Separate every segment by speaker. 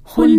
Speaker 1: 婚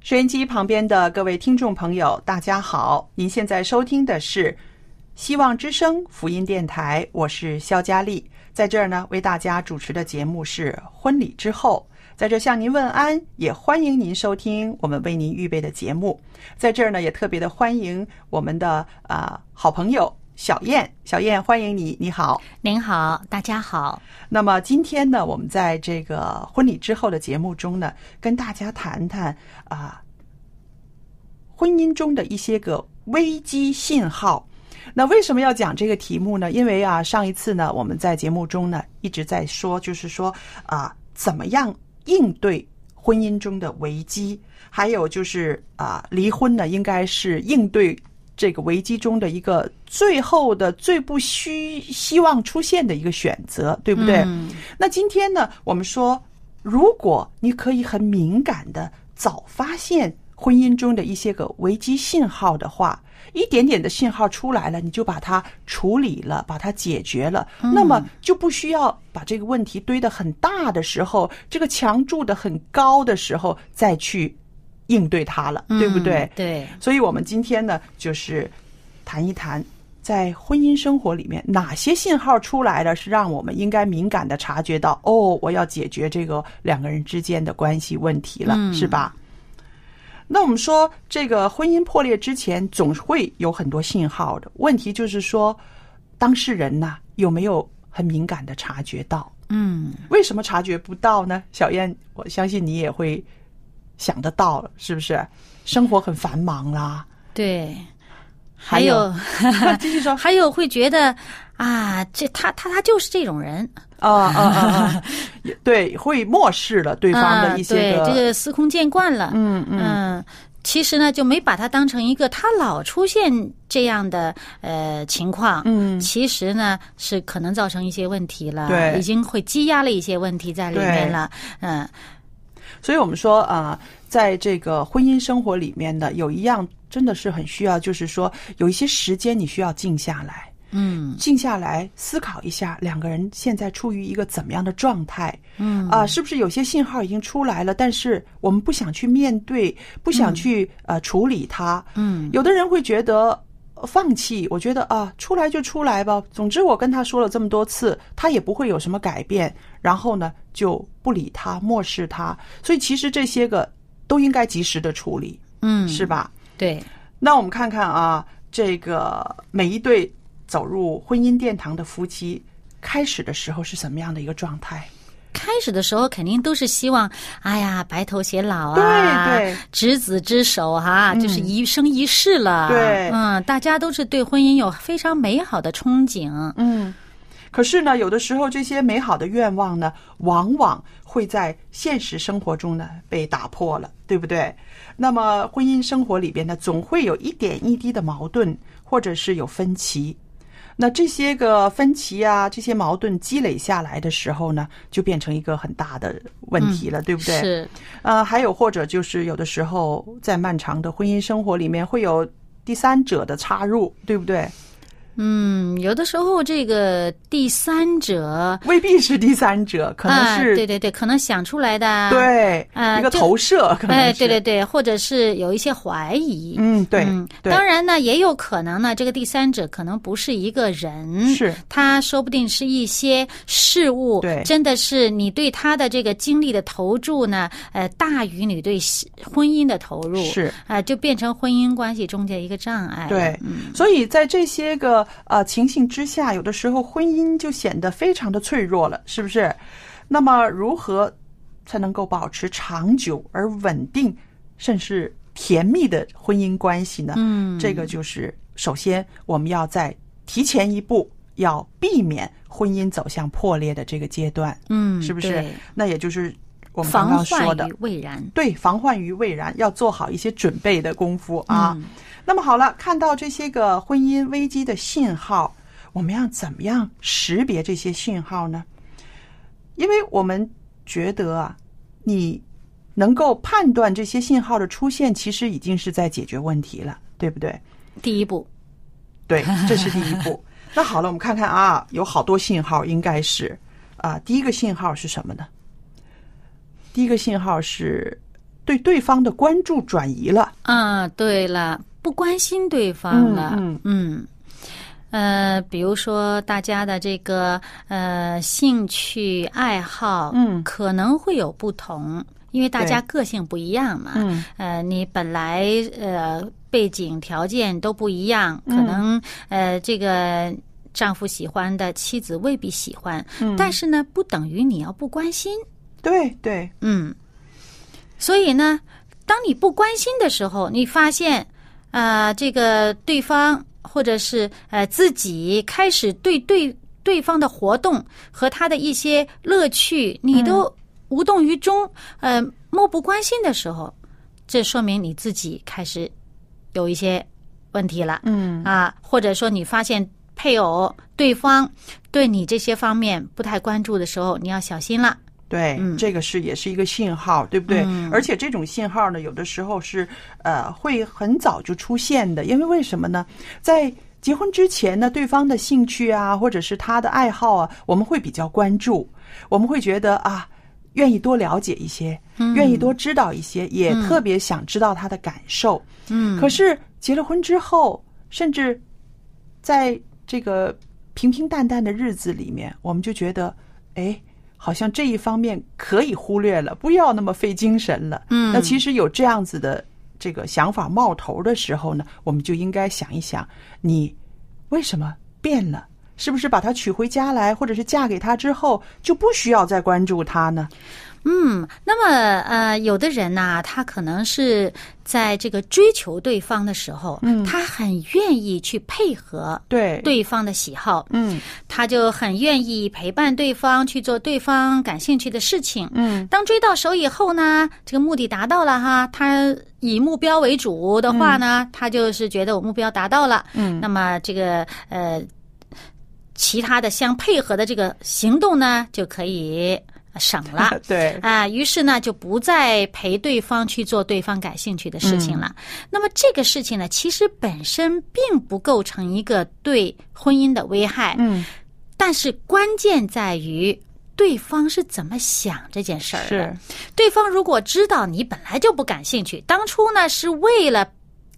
Speaker 2: 收音机旁边的各位听众朋友，大家好！您现在收听的是《希望之声》福音电台，我是肖佳丽，在这儿呢为大家主持的节目是《婚礼之后》，在这向您问安，也欢迎您收听我们为您预备的节目。在这儿呢，也特别的欢迎我们的呃好朋友小燕，小燕欢迎你，你好。
Speaker 1: 您好，大家好。
Speaker 2: 那么今天呢，我们在这个婚礼之后的节目中呢，跟大家谈谈啊，婚姻中的一些个危机信号。那为什么要讲这个题目呢？因为啊，上一次呢，我们在节目中呢一直在说，就是说啊，怎么样应对婚姻中的危机，还有就是啊，离婚呢应该是应对这个危机中的一个最后的最不希希望出现的一个选择，对不对？
Speaker 1: 嗯
Speaker 2: 那今天呢，我们说，如果你可以很敏感的早发现婚姻中的一些个危机信号的话，一点点的信号出来了，你就把它处理了，把它解决了，那么就不需要把这个问题堆得很大的时候，这个墙筑得很高的时候再去应对它了，对不对？
Speaker 1: 嗯对，
Speaker 2: 所以我们今天呢，就是谈一谈在婚姻生活里面哪些信号出来了，是让我们应该敏感的察觉到，哦，我要解决这个两个人之间的关系问题了，
Speaker 1: 嗯
Speaker 2: 是吧？那我们说，这个婚姻破裂之前，总会有很多信号的。问题就是说，当事人呐、有没有很敏感的察觉到？
Speaker 1: 嗯，
Speaker 2: 为什么察觉不到呢？小燕，我相信你也会想得到了，是不是？生活很繁忙啦，
Speaker 1: 对。
Speaker 2: 还
Speaker 1: 还
Speaker 2: 有啊
Speaker 1: 有，哦
Speaker 2: 继续 说
Speaker 1: 还有会觉得啊，这他他他就是这种人，
Speaker 2: 啊
Speaker 1: 哦
Speaker 2: 啊啊啊！ 也对，会漠视了对方
Speaker 1: 啊，
Speaker 2: 的一些
Speaker 1: 对
Speaker 2: 个，
Speaker 1: 这个司空见惯了，
Speaker 2: 嗯嗯
Speaker 1: 嗯，其实呢，就没把它当成一个他老出现这样的呃情况。
Speaker 2: 嗯
Speaker 1: 其实呢，是可能造成一些问题了，
Speaker 2: 对
Speaker 1: 已经会积压了一些问题在里面了。嗯，
Speaker 2: 所以我们说啊、呃在这个婚姻生活里面的有一样真的是很需要，就是说有一些时间你需要静下来，
Speaker 1: 嗯，
Speaker 2: 静下来思考一下两个人现在处于一个怎么样的状态，
Speaker 1: 嗯
Speaker 2: 啊、是不是有些信号已经出来了，但是我们不想去面对，不想去、呃处理它，
Speaker 1: 嗯，
Speaker 2: 有的人会觉得呃放弃，我觉得啊，出来就出来吧。总之，我跟他说了这么多次，他也不会有什么改变。然后呢，就不理他，漠视他。所以，其实这些个都应该及时的处理，
Speaker 1: 嗯，
Speaker 2: 是吧？
Speaker 1: 对，
Speaker 2: 那我们看看啊，这个每一对走入婚姻殿堂的夫妻，开始的时候是什么样的一个状态？
Speaker 1: 开始的时候肯定都是希望，哎呀，白头偕老啊，
Speaker 2: 对对
Speaker 1: 执子之手哈、就是一生一世了。
Speaker 2: 对
Speaker 1: 嗯，大家都是对婚姻有非常美好的憧憬。
Speaker 2: 嗯，可是呢，有的时候这些美好的愿望呢，往往会在现实生活中呢被打破了，对不对？那么婚姻生活里边呢，总会有一点一滴的矛盾，或者是有分歧。那这些个分歧啊，这些矛盾积累下来的时候呢，就变成一个很大的问题了，对不对？
Speaker 1: 嗯是，
Speaker 2: 呃，还有或者就是有的时候在漫长的婚姻生活里面会有第三者的插入，对不对？
Speaker 1: 嗯，有的时候这个第三者，
Speaker 2: 未必是第三者，可能
Speaker 1: 啊，
Speaker 2: 是、
Speaker 1: 对对对，可能想出来的啊，
Speaker 2: 对、
Speaker 1: 啊
Speaker 2: 一个
Speaker 1: 就
Speaker 2: 投射，可能是、
Speaker 1: 哎，对对对，或者是有一些怀疑。
Speaker 2: 嗯，对，
Speaker 1: 嗯，
Speaker 2: 对
Speaker 1: 当然呢，也有可能呢，这个第三者可能不是一个人，
Speaker 2: 是
Speaker 1: 他说不定是一些事物，
Speaker 2: 对
Speaker 1: 真的是你对他的这个精力的投注呢，呃，大于你对婚姻的投入，
Speaker 2: 是
Speaker 1: 啊、就变成婚姻关系中间一个障碍了，
Speaker 2: 对，
Speaker 1: 嗯
Speaker 2: 所以在这些个呃情形之下，有的时候婚姻就显得非常的脆弱了，是不是？那么如何才能够保持长久而稳定，甚至甜蜜的婚姻关系呢？
Speaker 1: 嗯，
Speaker 2: 这个就是首先我们要在提前一步，要避免婚姻走向破裂的这个阶段，
Speaker 1: 嗯，
Speaker 2: 是不是
Speaker 1: 对？
Speaker 2: 那也就是我们刚
Speaker 1: 防
Speaker 2: 刚说
Speaker 1: 患
Speaker 2: 的
Speaker 1: 于，未然，
Speaker 2: 对，防患于未然，要做好一些准备的功夫啊。
Speaker 1: 嗯
Speaker 2: 那么好了，看到这些个婚姻危机的信号，我们要怎么样识别这些信号呢？因为我们觉得啊，你能够判断这些信号的出现，其实已经是在解决问题了，对不对？
Speaker 1: 第一步，
Speaker 2: 对，这是第一 步。那好了，我们看看啊，有好多信号，应该是啊，第一个信号是什么呢？第一个信号是对对方的关注转移了。
Speaker 1: 啊，对了，不关心对方了，
Speaker 2: 嗯
Speaker 1: 嗯呃，比如说大家的这个呃兴趣爱好，
Speaker 2: 嗯
Speaker 1: 可能会有不同，因为大
Speaker 2: 对
Speaker 1: 家个性不一样嘛，
Speaker 2: 嗯，
Speaker 1: 呃，你本来呃背景条件都不一样，
Speaker 2: 嗯
Speaker 1: 可能、呃这个。丈夫喜欢的妻子未必喜欢，
Speaker 2: 嗯
Speaker 1: 但是呢，不等于你要不关心。
Speaker 2: 对对，
Speaker 1: 嗯，所以呢，当你不关心的时候，你发现啊、呃这个对方或者是呃自己开始对对对方的活动和他的一些乐趣，你都无动于衷，呃，漠不关心的时候，这说明你自己开始有一些问题了。
Speaker 2: 嗯
Speaker 1: 啊，或者说你发现配偶对方对你这些方面不太关注的时候，你要小心了。
Speaker 2: 对，
Speaker 1: 嗯
Speaker 2: 这个是也是一个信号，对不对？
Speaker 1: 嗯
Speaker 2: 而且这种信号呢，有的时候是呃会很早就出现的，因为为什么呢？在结婚之前呢，对方的兴趣啊，或者是他的爱好啊，我们会比较关注，我们会觉得啊，愿意多了解一些，愿意多知道一些，也特别想知道他的感受。
Speaker 1: 嗯，
Speaker 2: 可是结了婚之后，甚至在这个平平淡淡的日子里面，我们就觉得，哎，好像这一方面可以忽略了，不要那么费精神了。
Speaker 1: 嗯
Speaker 2: 那其实有这样子的这个想法冒头的时候呢，我们就应该想一想，你为什么变了？是不是把他娶回家来，或者是嫁给他之后，就不需要再关注他呢？
Speaker 1: 嗯，那么呃，有的人呐，他可能是在这个追求对方的时候，嗯，他很愿意去配合
Speaker 2: 对，
Speaker 1: 对方的喜好，
Speaker 2: 嗯
Speaker 1: 他就很愿意陪伴对方去做对方感兴趣的事情。
Speaker 2: 嗯，
Speaker 1: 当追到手以后呢，这个目的达到了哈，他以目标为主的话呢，他就是觉得我目标达到了，
Speaker 2: 嗯，
Speaker 1: 那么这个呃，其他的相配合的这个行动呢，就可以呃省 了。
Speaker 2: 对，
Speaker 1: 啊，于是呢就不再陪对方去做对方感兴趣的事情了。
Speaker 2: 嗯
Speaker 1: 那么这个事情呢，其实本身并不构成一个对婚姻的危害，
Speaker 2: 嗯，
Speaker 1: 但是关键在于对方是怎么想这件事儿的
Speaker 2: 是。
Speaker 1: 对方如果知道你本来就不感兴趣，当初呢是为了。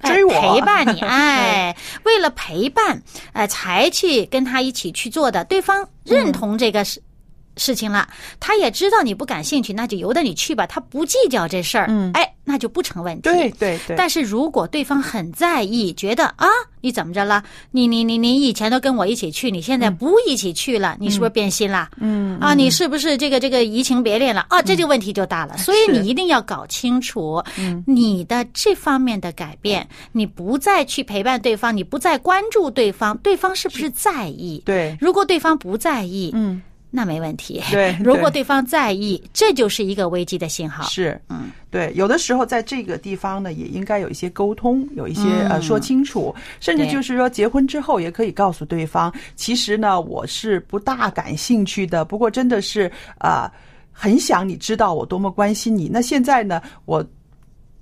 Speaker 1: 哎
Speaker 2: 追我
Speaker 1: 陪伴 你，哎，为了陪伴，呃，才去跟他一起去做的。对方认同这个事、事情了，他也知道你不感兴趣，那就由得你去吧，他不计较这事儿，
Speaker 2: 嗯
Speaker 1: 哎，那就不成问题。
Speaker 2: 对对对。
Speaker 1: 但是如果对方很在意，觉得啊，你怎么着了？你你你你以前都跟我一起去，你现在不一起去了，你是不是变心了？
Speaker 2: 嗯
Speaker 1: 啊，你是不是这个这个移情别恋了？啊，这就问题就大了。所以
Speaker 2: 是嗯
Speaker 1: 你一定要搞清楚你的这方面的改变，你不再去陪伴对方，你不再关注对方，对方是不是在意？
Speaker 2: 对，
Speaker 1: 如果对方不在意，
Speaker 2: 嗯，
Speaker 1: 那没问题。
Speaker 2: 对
Speaker 1: 如果
Speaker 2: 对
Speaker 1: 对方在意，这就是一个危机的信号。
Speaker 2: 是，
Speaker 1: 嗯，
Speaker 2: 对，有的时候在这个地方呢，也应该有一些沟通，有一些、呃
Speaker 1: 嗯
Speaker 2: 说清楚，甚至
Speaker 1: 对
Speaker 2: 就是说结婚之后也可以告诉对方，其实呢我是不大感兴趣的，不过真的是啊、呃很想你知道我多么关心你。那现在呢，我。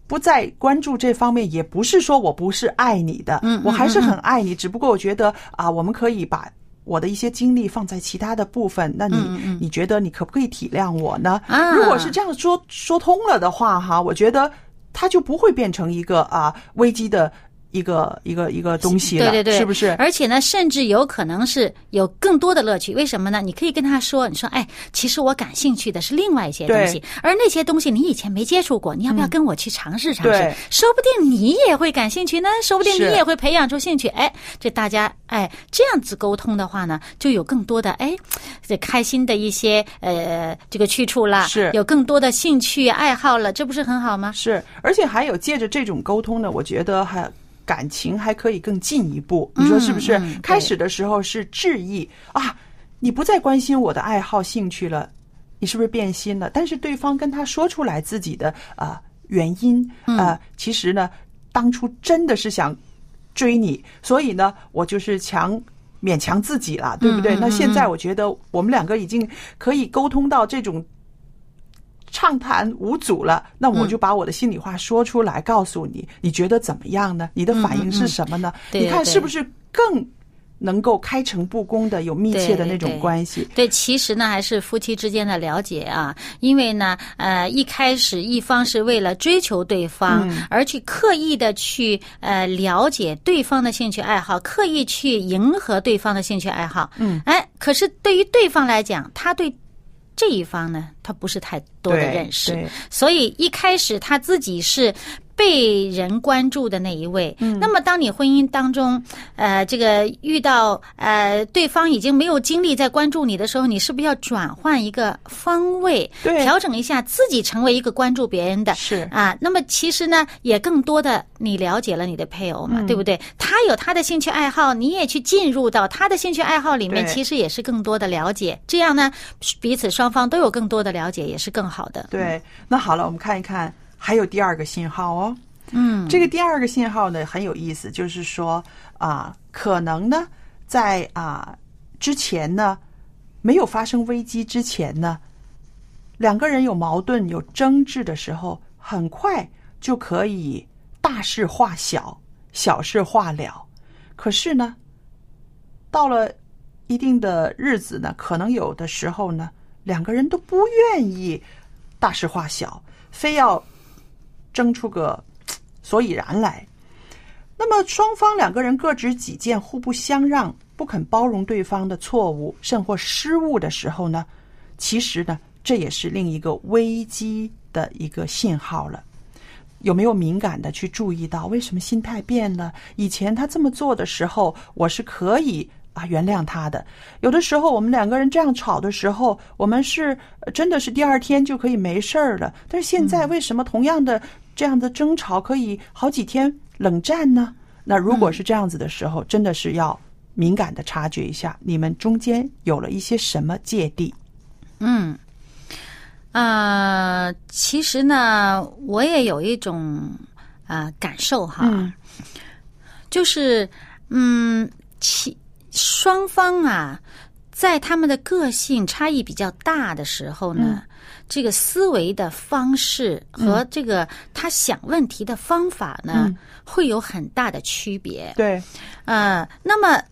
Speaker 2: 不再关注这方面，也不是说我不是爱你的，
Speaker 1: 嗯嗯
Speaker 2: 我还是很爱你，只不过我觉得啊，我们可以把我的一些精力放在其他的部分。那你、
Speaker 1: 嗯嗯嗯
Speaker 2: 你觉得你可不可以体谅我呢？
Speaker 1: 啊
Speaker 2: 如果是这样说说通了的话，哈，我觉得它就不会变成一个啊危机的一个一个一个东西了，
Speaker 1: 对对对，
Speaker 2: 是不是？
Speaker 1: 而且呢，甚至有可能是有更多的乐趣。为什么呢？你可以跟他说，你说，哎，其实我感兴趣的是另外一些东西，而那些东西你以前没接触过，你要不要跟我去尝试尝试？
Speaker 2: 对
Speaker 1: 说不定你也会感兴趣呢，说不定你
Speaker 2: 是
Speaker 1: 也会培养出兴趣。哎，这大家哎这样子沟通的话呢，就有更多的哎这开心的一些呃这个去处啦，
Speaker 2: 是
Speaker 1: 有更多的兴趣爱好了，这不是很好吗？
Speaker 2: 是，而且还有借着这种沟通呢，我觉得还感情还可以更进一步，你说是不是？
Speaker 1: 嗯嗯
Speaker 2: 开始的时候是质疑啊，你不再关心我的爱好兴趣了，你是不是变心了？但是对方跟他说出来自己的啊、呃原因
Speaker 1: 嗯
Speaker 2: 啊、呃其实呢，当初真的是想追你，所以呢，我就是强。勉强自己了，对不对？
Speaker 1: 嗯嗯
Speaker 2: 那
Speaker 1: 嗯
Speaker 2: 现在我觉得我们两个已经可以沟通到这种畅谈无阻了，那
Speaker 1: 嗯
Speaker 2: 我就把我的心里话说出来，告诉你，你觉得怎么样呢？你的反应是什么呢？
Speaker 1: 嗯嗯嗯
Speaker 2: 你看
Speaker 1: 对对
Speaker 2: 是不是更能够开诚布公的有密切的那
Speaker 1: 对对
Speaker 2: 种
Speaker 1: 对
Speaker 2: 关系？
Speaker 1: 对，其实呢还是夫妻之间的了解啊，因为呢，呃，一开始一方是为了追求对方，
Speaker 2: 嗯
Speaker 1: 而去刻意的去呃了解对方的兴趣爱好，刻意去迎合对方的兴趣爱好。嗯，哎，可是对于对方来讲，他对。这一方呢，他不是太多的
Speaker 2: 对
Speaker 1: 认识，
Speaker 2: 对
Speaker 1: 所以一开始他自己是被人关注的那一位。
Speaker 2: 嗯
Speaker 1: 那么，当你婚姻当中，呃，这个遇到呃对方已经没有精力在关注你的时候，你是不是要转换一个方位，
Speaker 2: 对
Speaker 1: 调整一下自己，成为一个关注别人的？
Speaker 2: 是
Speaker 1: 啊，那么其实呢，也更多的你了解了你的配偶
Speaker 2: 嗯
Speaker 1: 嘛，对不对？他有他的兴趣爱好，你也去进入到他的兴趣爱好里面，
Speaker 2: 对
Speaker 1: 其实也是更多的了解。这样呢，彼此双方都有更多的了解，也是更好的。
Speaker 2: 对，那好了，我们看一看，还有第二个信号哦。
Speaker 1: 嗯，
Speaker 2: 这个第二个信号呢很有意思，就是说啊、可能呢在啊、之前呢没有发生危机之前呢，两个人有矛盾、有争执的时候，很快就可以大事化小，小事化了。可是呢，到了一定的日子呢，可能有的时候呢，两个人都不愿意大事化小，非要争出个嘖所以然来。那么双方两个人各执己见，互不相让，不肯包容对方的错误，甚或失误的时候呢，其实呢，这也是另一个危机的一个信号了。有没有敏感的去注意到为什么心态变了？以前他这么做的时候，我是可以啊原谅他的。有的时候我们两个人这样吵的时候，我们是呃真的是第二天就可以没事儿了。但是现在为什么同样的这样的争吵可以好几天冷战呢？那如果是这样子的时候，真的是要敏感的察觉一下，你们中间有了一些什么芥蒂。
Speaker 1: 嗯，呃，其实呢，我也有一种啊、呃感受哈，
Speaker 2: 嗯
Speaker 1: 就是嗯，其双方啊，在他们的个性差异比较大的时候呢，
Speaker 2: 嗯
Speaker 1: 这个思维的方式和这个他想问题的方法呢，
Speaker 2: 嗯
Speaker 1: 会有很大的区别。
Speaker 2: 对，
Speaker 1: 呃，那么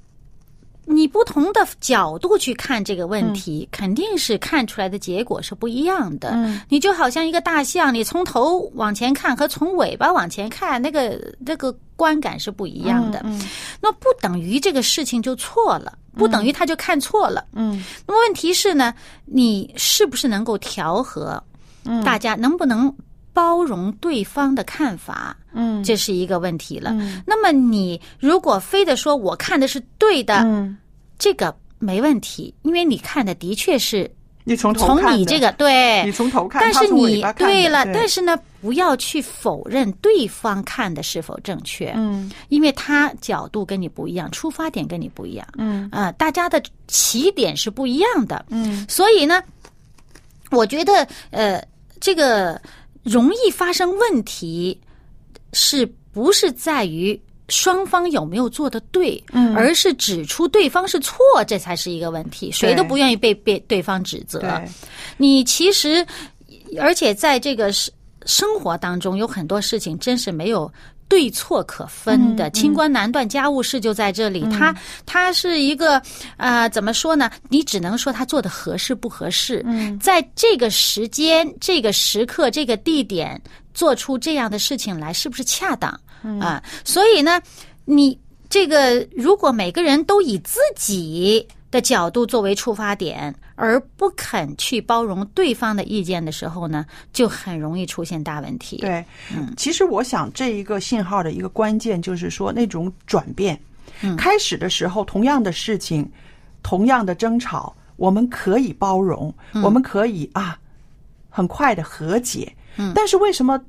Speaker 1: 你不同的角度去看这个问题，肯定是看出来的结果是不一样的。
Speaker 2: 嗯
Speaker 1: 你就好像一个大象，你从头往前看和从尾巴往前看，那个那个观感是不一样的。
Speaker 2: 嗯
Speaker 1: 那不等于这个事情就错了，不等于他就看错了。
Speaker 2: 嗯
Speaker 1: 那么问题是呢，你是不是能够调和？
Speaker 2: 嗯
Speaker 1: 大家能不能包容对方的看法？
Speaker 2: 嗯
Speaker 1: 这是一个问题了。
Speaker 2: 嗯
Speaker 1: 那么你如果非得说我看的是对的，
Speaker 2: 嗯
Speaker 1: 这个没问题，因为你看的的确是
Speaker 2: 你从头
Speaker 1: 从
Speaker 2: 看
Speaker 1: 你
Speaker 2: 的
Speaker 1: 这个对
Speaker 2: 你，从头看，
Speaker 1: 但
Speaker 2: 他
Speaker 1: 是
Speaker 2: 从尾
Speaker 1: 你
Speaker 2: 巴看
Speaker 1: 对
Speaker 2: 的
Speaker 1: 了，
Speaker 2: 对
Speaker 1: 但是呢，不要去否认对方看的是否正确，
Speaker 2: 嗯
Speaker 1: 因为他角度跟你不一样，出发点跟你不一样，
Speaker 2: 嗯
Speaker 1: 啊、大家的起点是不一样的，
Speaker 2: 嗯
Speaker 1: 所以呢，我觉得呃，这个容易发生问题，是不是在于双方有没有做的对，
Speaker 2: 嗯
Speaker 1: 而是指出对方是错，这才是一个问题。谁
Speaker 2: 对
Speaker 1: 都不愿意被被对方指责。
Speaker 2: 对
Speaker 1: 你其实，而且在这个生生活当中，有很多事情真是没有。对错可分的，清官难断家务事就在这里。他他是一个，呃，怎么说呢？你只能说他做的合适不合适。
Speaker 2: 嗯
Speaker 1: 在这个时间、这个时刻、这个地点做出这样的事情来，是不是恰当？啊，所以呢，你这个如果每个人都以自己的角度作为出发点，而不肯去包容对方的意见的时候呢，就很容易出现大问题。，
Speaker 2: 对，其实我想这一个信号的一个关键就是说那种转变，开始的时候同样的事情，同样的争吵，我们可以包容，我们可以啊，很快的和解，但是为什么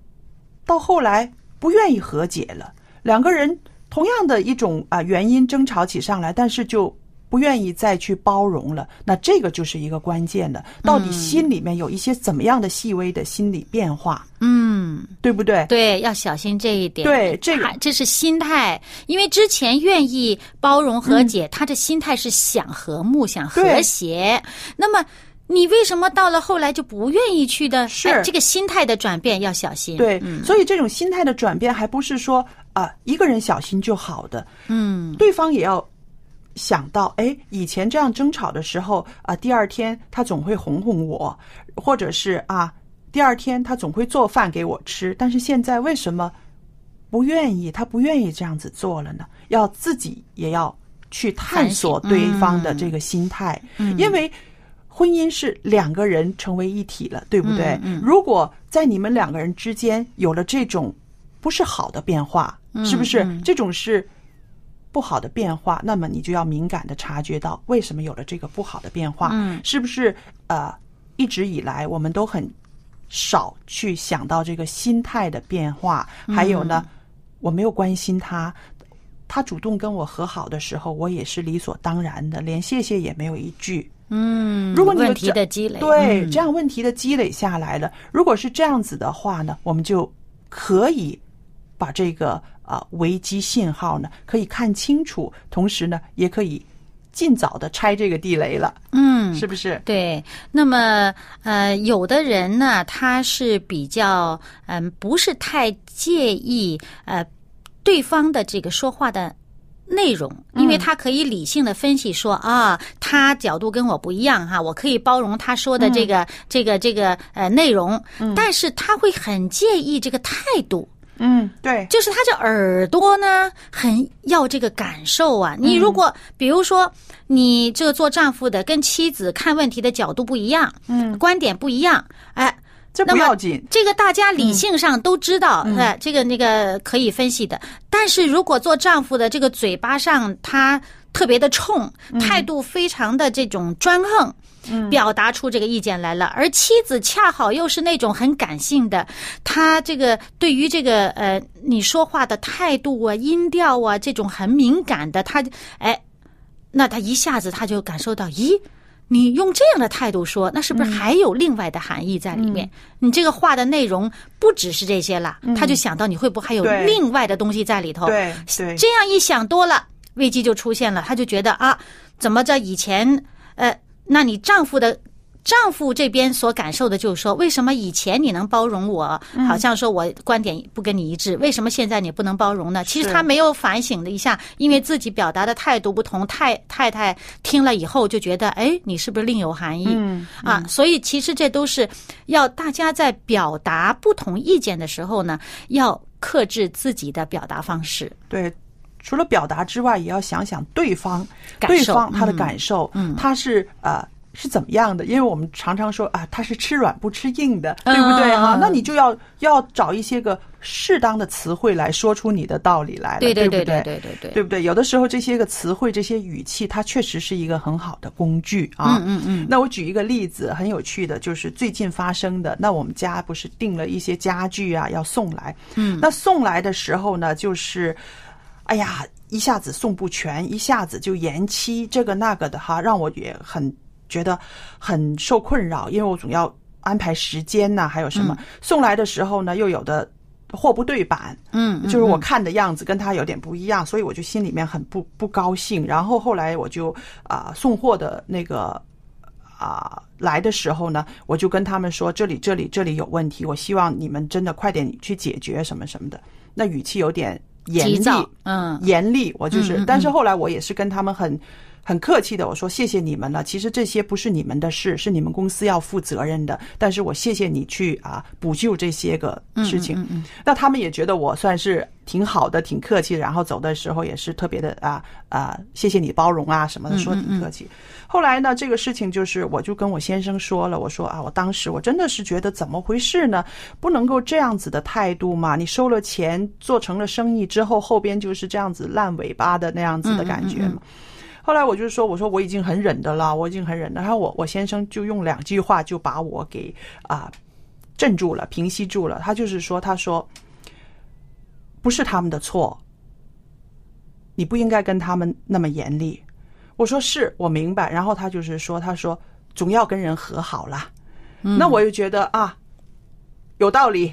Speaker 2: 到后来不愿意和解了？两个人同样的一种啊原因争吵起上来，但是就不愿意再去包容了。那这个就是一个关键的，到底心里面有一些怎么样的细微的心理变化，
Speaker 1: 嗯，
Speaker 2: 对不对？
Speaker 1: 对，要小心这一点。
Speaker 2: 对这个
Speaker 1: 还这是心态，因为之前愿意包容和解，他的心态是想和睦、想和
Speaker 2: 嗯对
Speaker 1: 谐。那么，你为什么到了后来就不愿意去的？
Speaker 2: 是
Speaker 1: 哎这个心态的转变要小心。
Speaker 2: 对
Speaker 1: 嗯，
Speaker 2: 所以这种心态的转变，还不是说啊、一个人小心就好的，
Speaker 1: 嗯。
Speaker 2: 对方也要想到，哎，以前这样争吵的时候啊、第二天他总会哄哄我，或者是啊，第二天他总会做饭给我吃，但是现在为什么不愿意？他不愿意这样子做了呢？要自己也要去探索
Speaker 1: 反省
Speaker 2: 对方
Speaker 1: 嗯
Speaker 2: 的这个心态，因为。婚姻是两个人成为一体了，对不对？
Speaker 1: 嗯嗯
Speaker 2: 如果在你们两个人之间有了这种不是好的变化，是不是？这种是不好的变化，那么你就要敏感的察觉到为什么有了这个不好的变化，
Speaker 1: 嗯
Speaker 2: 是不是？呃，一直以来我们都很少去想到这个心态的变化，还有呢，我没有关心他。他主动跟我和好的时候，我也是理所当然的，连谢谢也没有一句。
Speaker 1: 嗯，
Speaker 2: 如果你有
Speaker 1: 问题
Speaker 2: 这
Speaker 1: 的积累，
Speaker 2: 对，
Speaker 1: 嗯
Speaker 2: 这样问题的积累下来了，如果是这样子的话呢，我们就可以把这个啊、危机信号呢可以看清楚，同时呢也可以尽早的拆这个地雷了，
Speaker 1: 嗯，
Speaker 2: 是不是？
Speaker 1: 对。那么呃，有的人呢，他是比较嗯、不是太介意呃对方的这个说话的。内容，因为他可以理性的分析说、啊，他角度跟我不一样哈，我可以包容他说的这个、这个这个呃内容，但是他会很介意这个态度，
Speaker 2: 嗯，对，
Speaker 1: 就是他这耳朵呢，很要这个感受啊。你如果、比如说，你这个做丈夫的跟妻子看问题的角度不一样，嗯，观点不一样，哎，
Speaker 2: 这
Speaker 1: 那
Speaker 2: 不
Speaker 1: 么
Speaker 2: 要紧。
Speaker 1: 这个大家理性上都知道，哎、这个那个可以分析的。但是如果做丈夫的这个嘴巴上他特别的冲，态度非常的这种专横。
Speaker 2: 嗯
Speaker 1: 表达出这个意见来了，而妻子恰好又是那种很感性的，她这个对于这个呃你说话的态度啊、音调啊这种很敏感的，她哎，那她一下子她就感受到，咦，你用这样的态度说，那是
Speaker 2: 嗯
Speaker 1: 不是还有另外的含义在里面？你这个话的内容不只是这些了，他就想到你会不会还有
Speaker 2: 嗯对
Speaker 1: 另外的东西在里头？
Speaker 2: 对对
Speaker 1: 这样一想多了，危机就出现了。他就觉得啊，怎么着以前呃，那你丈夫的。丈夫这边所感受的就是说，为什么以前你能包容我，好像说我观点不跟你一致，为什么现在你不能包容呢？其实
Speaker 2: 是
Speaker 1: 他没有反省了一下，因为自己表达的态度不同，太太太听了以后就觉得，哎，你是不是另有含义？
Speaker 2: 嗯
Speaker 1: 啊，所以其实这都是要大家在表达不同意见的时候呢，要克制自己的表达方式。
Speaker 2: 对，除了表达之外，也要想想对方，
Speaker 1: 感
Speaker 2: 对
Speaker 1: 受
Speaker 2: 方他的
Speaker 1: 嗯
Speaker 2: 感受，他是呃是怎么样的？因为我们常常说啊，它是吃软不吃硬的，对不对啊？
Speaker 3: 嗯
Speaker 2: 那你就要要找一些个适当的词汇来说出你的道理来了，
Speaker 1: 对
Speaker 2: 对
Speaker 1: 对
Speaker 2: 不
Speaker 1: 对对对对
Speaker 2: 对不对？有的时候这些个词汇、这些语气，它确实是一个很好的工具啊。
Speaker 1: 嗯嗯嗯，
Speaker 2: 那我举一个例子，很有趣的，就是最近发生的。那我们家不是订了一些家具啊，要送来。嗯，那送来的时候呢，就是，哎呀，一下子送不全，一下子就延期，这个那个的哈，让我也很觉得很受困扰，因为我总要安排时间呐、还有什么、送来的时候呢，又有的货不对版，
Speaker 1: 嗯，
Speaker 2: 就是我看的样子跟他有点不一样，所以我就心里面很不不高兴。然后后来我就啊、送货的那个啊、来的时候呢，我就跟他们说这里这里这里有问题，我希望你们真的快点去解决什么什么的。那语气有点严
Speaker 1: 急
Speaker 2: 厉，
Speaker 1: 躁，嗯
Speaker 2: 严厉，我就是，
Speaker 1: 嗯嗯嗯
Speaker 2: 但是后来我也是跟他们很很客气的，我说谢谢你们了，其实这些不是你们的事，是你们公司要负责任的，但是我谢谢你去啊补救这些个事情。
Speaker 1: 嗯嗯
Speaker 2: 那他们也觉得我算是挺好的，挺客气，然后走的时候也是特别的啊啊，谢谢你包容啊什么
Speaker 1: 嗯
Speaker 2: 的，说挺客气。后来呢，这个事情就是我就跟我先生说了，我说啊，我当时我真的是觉得怎么回事呢？不能够这样子的态度嘛！你收了钱，做成了生意之后，后边就是这样子烂尾巴的那样子的感觉嘛。后来我就说，我说我已经很忍的了，我已经很忍了。然后我我先生就用两句话就把我给啊、镇住了，平息住了。他就是说，他说不是他们的错，你不应该跟他们那么严厉。我说是我明白。然后他就是说，他说总要跟人和好啦。
Speaker 1: 嗯
Speaker 2: 那我就觉得啊，有道理，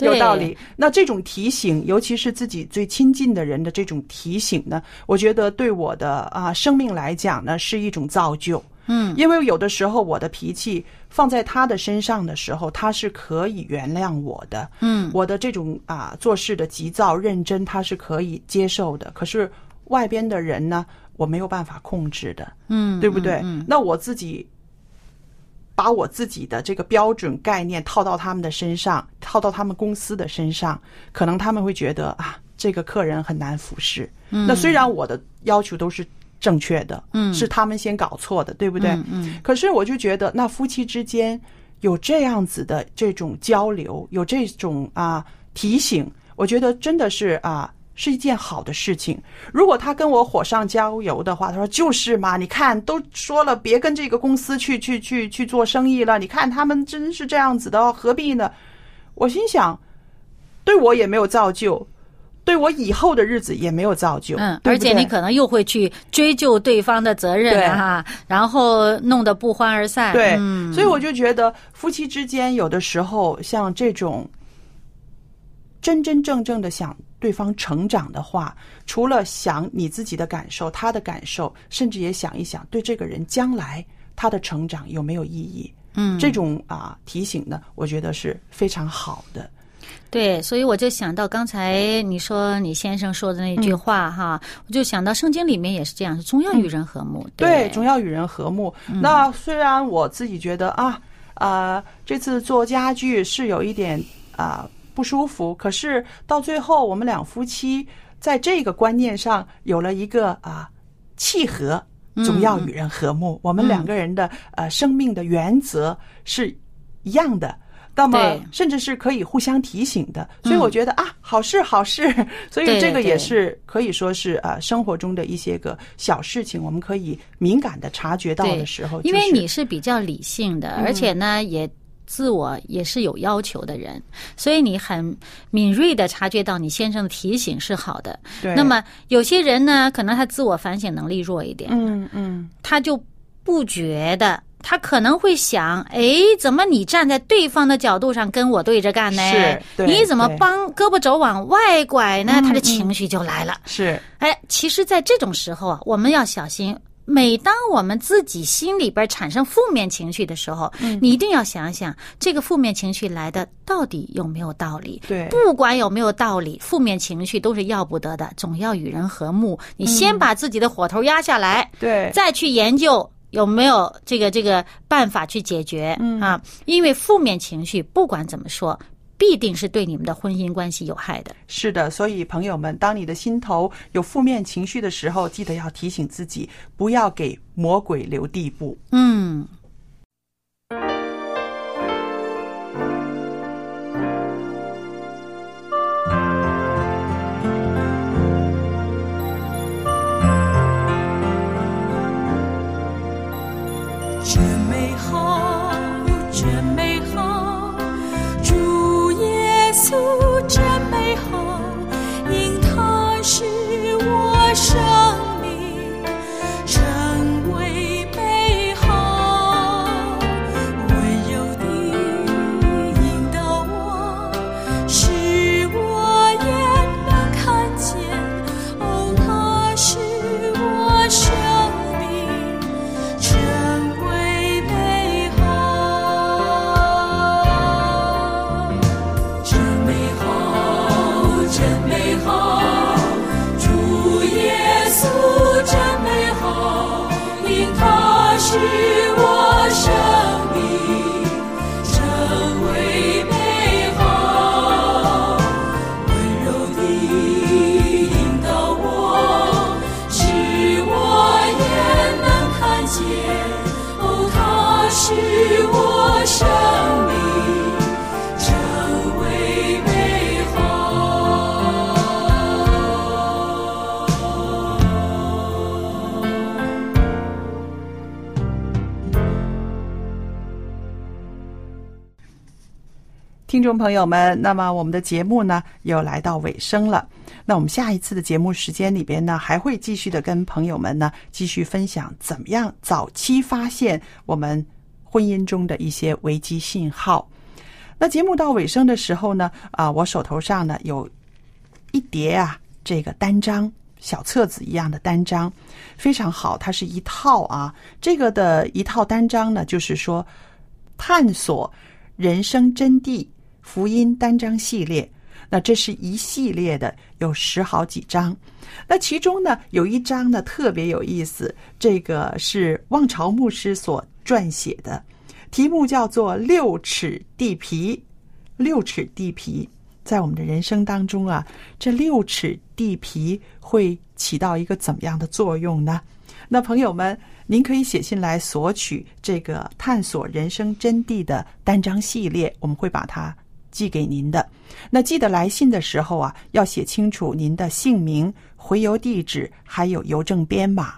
Speaker 2: 有
Speaker 1: 对
Speaker 2: 道理。那这种提醒，尤其是自己最亲近的人的这种提醒呢，我觉得对我的啊生命来讲呢，是一种造就。
Speaker 1: 嗯，
Speaker 2: 因为有的时候我的脾气放在他的身上的时候，他是可以原谅我的。
Speaker 1: 嗯，
Speaker 2: 我的这种啊做事的急躁、认真，他是可以接受的。可是外边的人呢，我没有办法控制的。
Speaker 1: 嗯，
Speaker 2: 对不对？
Speaker 1: 嗯
Speaker 2: 那我自己把我自己的这个标准概念套到他们的身上，套到他们公司的身上，可能他们会觉得啊，这个客人很难服侍。
Speaker 1: 嗯
Speaker 2: 那虽然我的要求都是正确的，嗯，是他们先搞错的，对不对？
Speaker 1: 嗯嗯
Speaker 2: 可是我就觉得，那夫妻之间有这样子的这种交流，有这种啊提醒，我觉得真的是啊。是一件好的事情。如果他跟我火上浇油的话，他说就是嘛，你看都说了，别跟这个公司去去去去做生意了。你看他们真是这样子的哦，何必呢？我心想，对我也没有造就，对我以后的日子也没有造就。
Speaker 1: 嗯，
Speaker 2: 对
Speaker 1: 而
Speaker 2: 不
Speaker 1: 且
Speaker 2: 对
Speaker 1: 你可能又会去追究对方的责任啊，然后弄得不欢而散。
Speaker 2: 对，
Speaker 1: 嗯
Speaker 2: 所以我就觉得夫妻之间有的时候像这种真真正正的想对方成长的话，除了想你自己的感受、他的感受，甚至也想一想对这个人将来他的成长有没有意义。嗯，这种啊提醒呢，我觉得是非常好的。
Speaker 1: 对，所以我就想到刚才你说你先生说的那
Speaker 2: 嗯
Speaker 1: 句话哈，我就想到圣经里面也是这样，是总要与人和睦。
Speaker 2: 对，总要与人和睦。
Speaker 1: 嗯
Speaker 2: 那虽然我自己觉得啊，啊，这次做家具是有一点啊、不舒服，可是到最后我们两夫妻在这个观念上有了一个啊、契合。
Speaker 1: 嗯
Speaker 2: 总要与人和睦，我们两个人的、呃生命的原则是一样的，那么
Speaker 1: 对嗯
Speaker 2: 甚至是可以互相提醒的。所以我觉得、啊，好事好事，所以。所以
Speaker 1: 对
Speaker 2: 这个也
Speaker 1: 对
Speaker 2: 是可以说是呃生活中的一些个小事情，我们可以敏感的察觉到
Speaker 1: 对
Speaker 2: 的时候、
Speaker 1: 因为
Speaker 2: 就是嗯
Speaker 1: 你是比较理性的，而且呢也。自我也是有要求的人，所以你很敏锐的察觉到你先生的提醒是好的。
Speaker 2: 对
Speaker 1: 那么有些人呢，可能他自我反省能力弱一点，
Speaker 2: 嗯嗯
Speaker 1: 他就不觉得，他可能会想，哎，怎么你站在对方的角度上跟我对着干呢
Speaker 2: 是？对
Speaker 1: 你怎么
Speaker 2: 对嗯
Speaker 1: 帮胳膊肘往外拐呢？他的情绪就来了。
Speaker 2: 是
Speaker 1: 哎，其实，在这种时候啊，我们要小心。每当我们自己心里边产生负面情绪的时候，
Speaker 2: 嗯
Speaker 1: 你一定要想想这个负面情绪来的到底有没有道理。
Speaker 2: 对
Speaker 1: 不管有没有道理，负面情绪都是要不得的，总要与人和睦。你先把自己的火头压下来，
Speaker 2: 嗯对
Speaker 1: 再去研究有没有
Speaker 2: 嗯
Speaker 1: 这个这个办法去解决、啊。因为负面情绪不管怎么说，
Speaker 4: 必定是对你们的婚姻关系有害的。
Speaker 2: 是的，所以朋友们，当你的心头有负面情绪的时候，记得要提醒自己，不要给魔鬼留地步。
Speaker 4: 嗯，
Speaker 5: 真美好，真美好，主耶稣真美好，因他是我生命成为美好。温柔的引导我，使我也能看见，哦，他是我生命。成为美好，真美好，真美好，主耶稣真美好，因他是我生命成为美好。温柔地引导我，使我也能看见。哦，他是我生命成为美好。
Speaker 2: 听众朋友们，那么我们的节目呢又来到尾声了。那我们下一次的节目时间里边呢，还会继续的跟朋友们呢继续分享怎么样早期发现我们婚姻中的一些危机信号。那节目到尾声的时候呢，啊、我手头上呢有一叠啊这个单张小册子一样的单张，非常好，它是一套啊。这个的一套单张呢，就是说探索人生真谛福音单章系列。那这是一系列的，有十好几章。那其中呢，有一章呢特别有意思，这个是望潮牧师所撰写的，题目叫做《六尺地皮》。六尺地皮在我们的人生当中啊，这六尺地皮会起到一个怎么样的作用呢？那朋友们，您可以写信来索取这个探索人生真谛的单张系列，我们会把它寄给您的。那记得来信的时候啊，要写清楚您的姓名、回邮地址，还有邮政编码。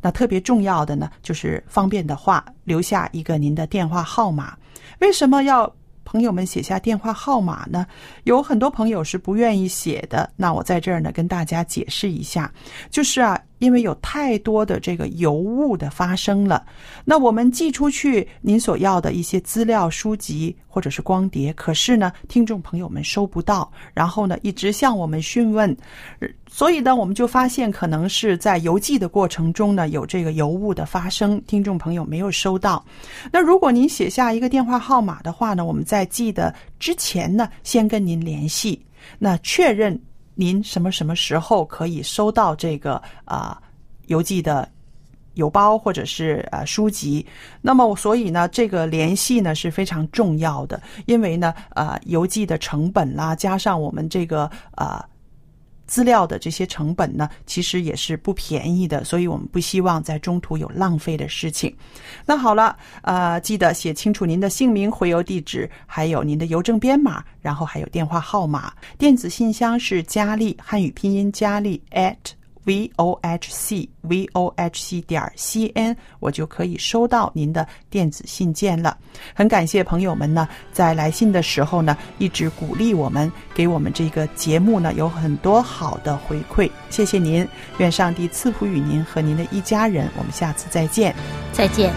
Speaker 2: 那特别重要的呢，就是方便的话，留下一个您的电话号码。为什么要朋友们写下电话号码呢？有很多朋友是不愿意写的。那我在这儿呢，跟大家解释一下，就是啊，因为有太多的这个邮误的发生了。那我们寄出去您所要的一些资料、书籍或者是光碟，可是呢，听众朋友们收不到，然后呢，一直向我们询问，呃所以呢，我们就发现可能是在邮寄的过程中呢，有这个邮误的发生，听众朋友没有收到。那如果您写下一个电话号码的话呢，我们在寄的之前呢，先跟您联系，那确认您什么什么时候可以收到这个啊、邮寄的邮包或者是呃书籍。那么，所以呢，这个联系呢是非常重要的，因为呢，呃，邮寄的成本啦，加上我们这个呃。资料的这些成本呢，其实也是不便宜的，所以我们不希望在中途有浪费的事情。那好了，呃，记得写清楚您的姓名、回邮地址，还有您的邮政编码，然后还有电话号码。电子信箱是佳丽，汉语拼音佳丽 at v o h c v o h c 点 c n，我就可以收到您的电子信件了。很感谢朋友们呢，在来信的时候呢，一直鼓励我们，给我们这个节目呢有很多好的回馈，谢谢您，愿上帝赐福与您和您的一家人，我们下次再见。
Speaker 4: 再见。